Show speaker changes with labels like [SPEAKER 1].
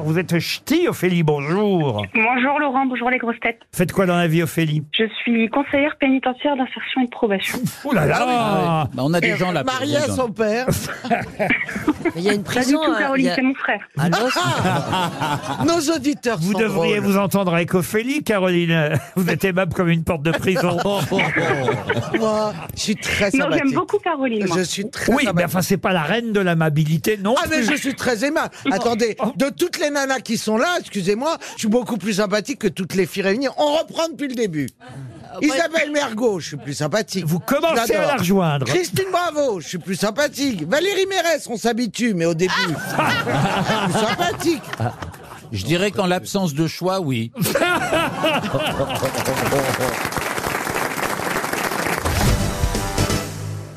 [SPEAKER 1] Vous êtes ch'ti, Ophélie, bonjour.
[SPEAKER 2] Bonjour Laurent, bonjour les grosses têtes.
[SPEAKER 1] Faites quoi dans la vie, Ophélie
[SPEAKER 2] Je suis conseillère pénitentiaire d'insertion et de probation.
[SPEAKER 1] Ouh là là
[SPEAKER 3] Ah oui, bah, on a des gens là. pour
[SPEAKER 4] Marié à
[SPEAKER 3] raison.
[SPEAKER 4] son père.
[SPEAKER 5] Mais il y a une
[SPEAKER 2] Pas du
[SPEAKER 5] prison
[SPEAKER 2] tout
[SPEAKER 5] à- il y
[SPEAKER 2] Caroline,
[SPEAKER 5] a- Ah,
[SPEAKER 2] c'est mon frère.
[SPEAKER 5] à Los.
[SPEAKER 4] Ah, Nos auditeurs
[SPEAKER 1] Vous
[SPEAKER 4] sont
[SPEAKER 1] devriez
[SPEAKER 4] drôles.
[SPEAKER 1] vous entendre avec Ophélie, Caroline. Vous êtes aimable comme une porte de prison.
[SPEAKER 4] Moi, je suis très
[SPEAKER 2] Non,
[SPEAKER 4] sympathique.
[SPEAKER 2] j'aime beaucoup Caroline. moi.
[SPEAKER 4] Je suis très
[SPEAKER 1] Oui, mais
[SPEAKER 4] sympathique.
[SPEAKER 1] enfin, c'est pas la reine de l'amabilité, non
[SPEAKER 4] Ah mais
[SPEAKER 1] plus.
[SPEAKER 4] je suis très aimable. Attendez, de toutes les nanas qui sont là, excusez-moi, je suis beaucoup plus sympathique que toutes les filles réunies. On reprend depuis le début. Isabelle Mergot, je suis plus sympathique.
[SPEAKER 1] Ah, Vous commencez
[SPEAKER 4] J'adore.
[SPEAKER 1] à la rejoindre.
[SPEAKER 4] Christine Bravo, je suis plus sympathique. Valérie Mérès, on s'habitue, mais au début, je suis plus sympathique.
[SPEAKER 3] Je dirais qu'en l'absence de choix, oui.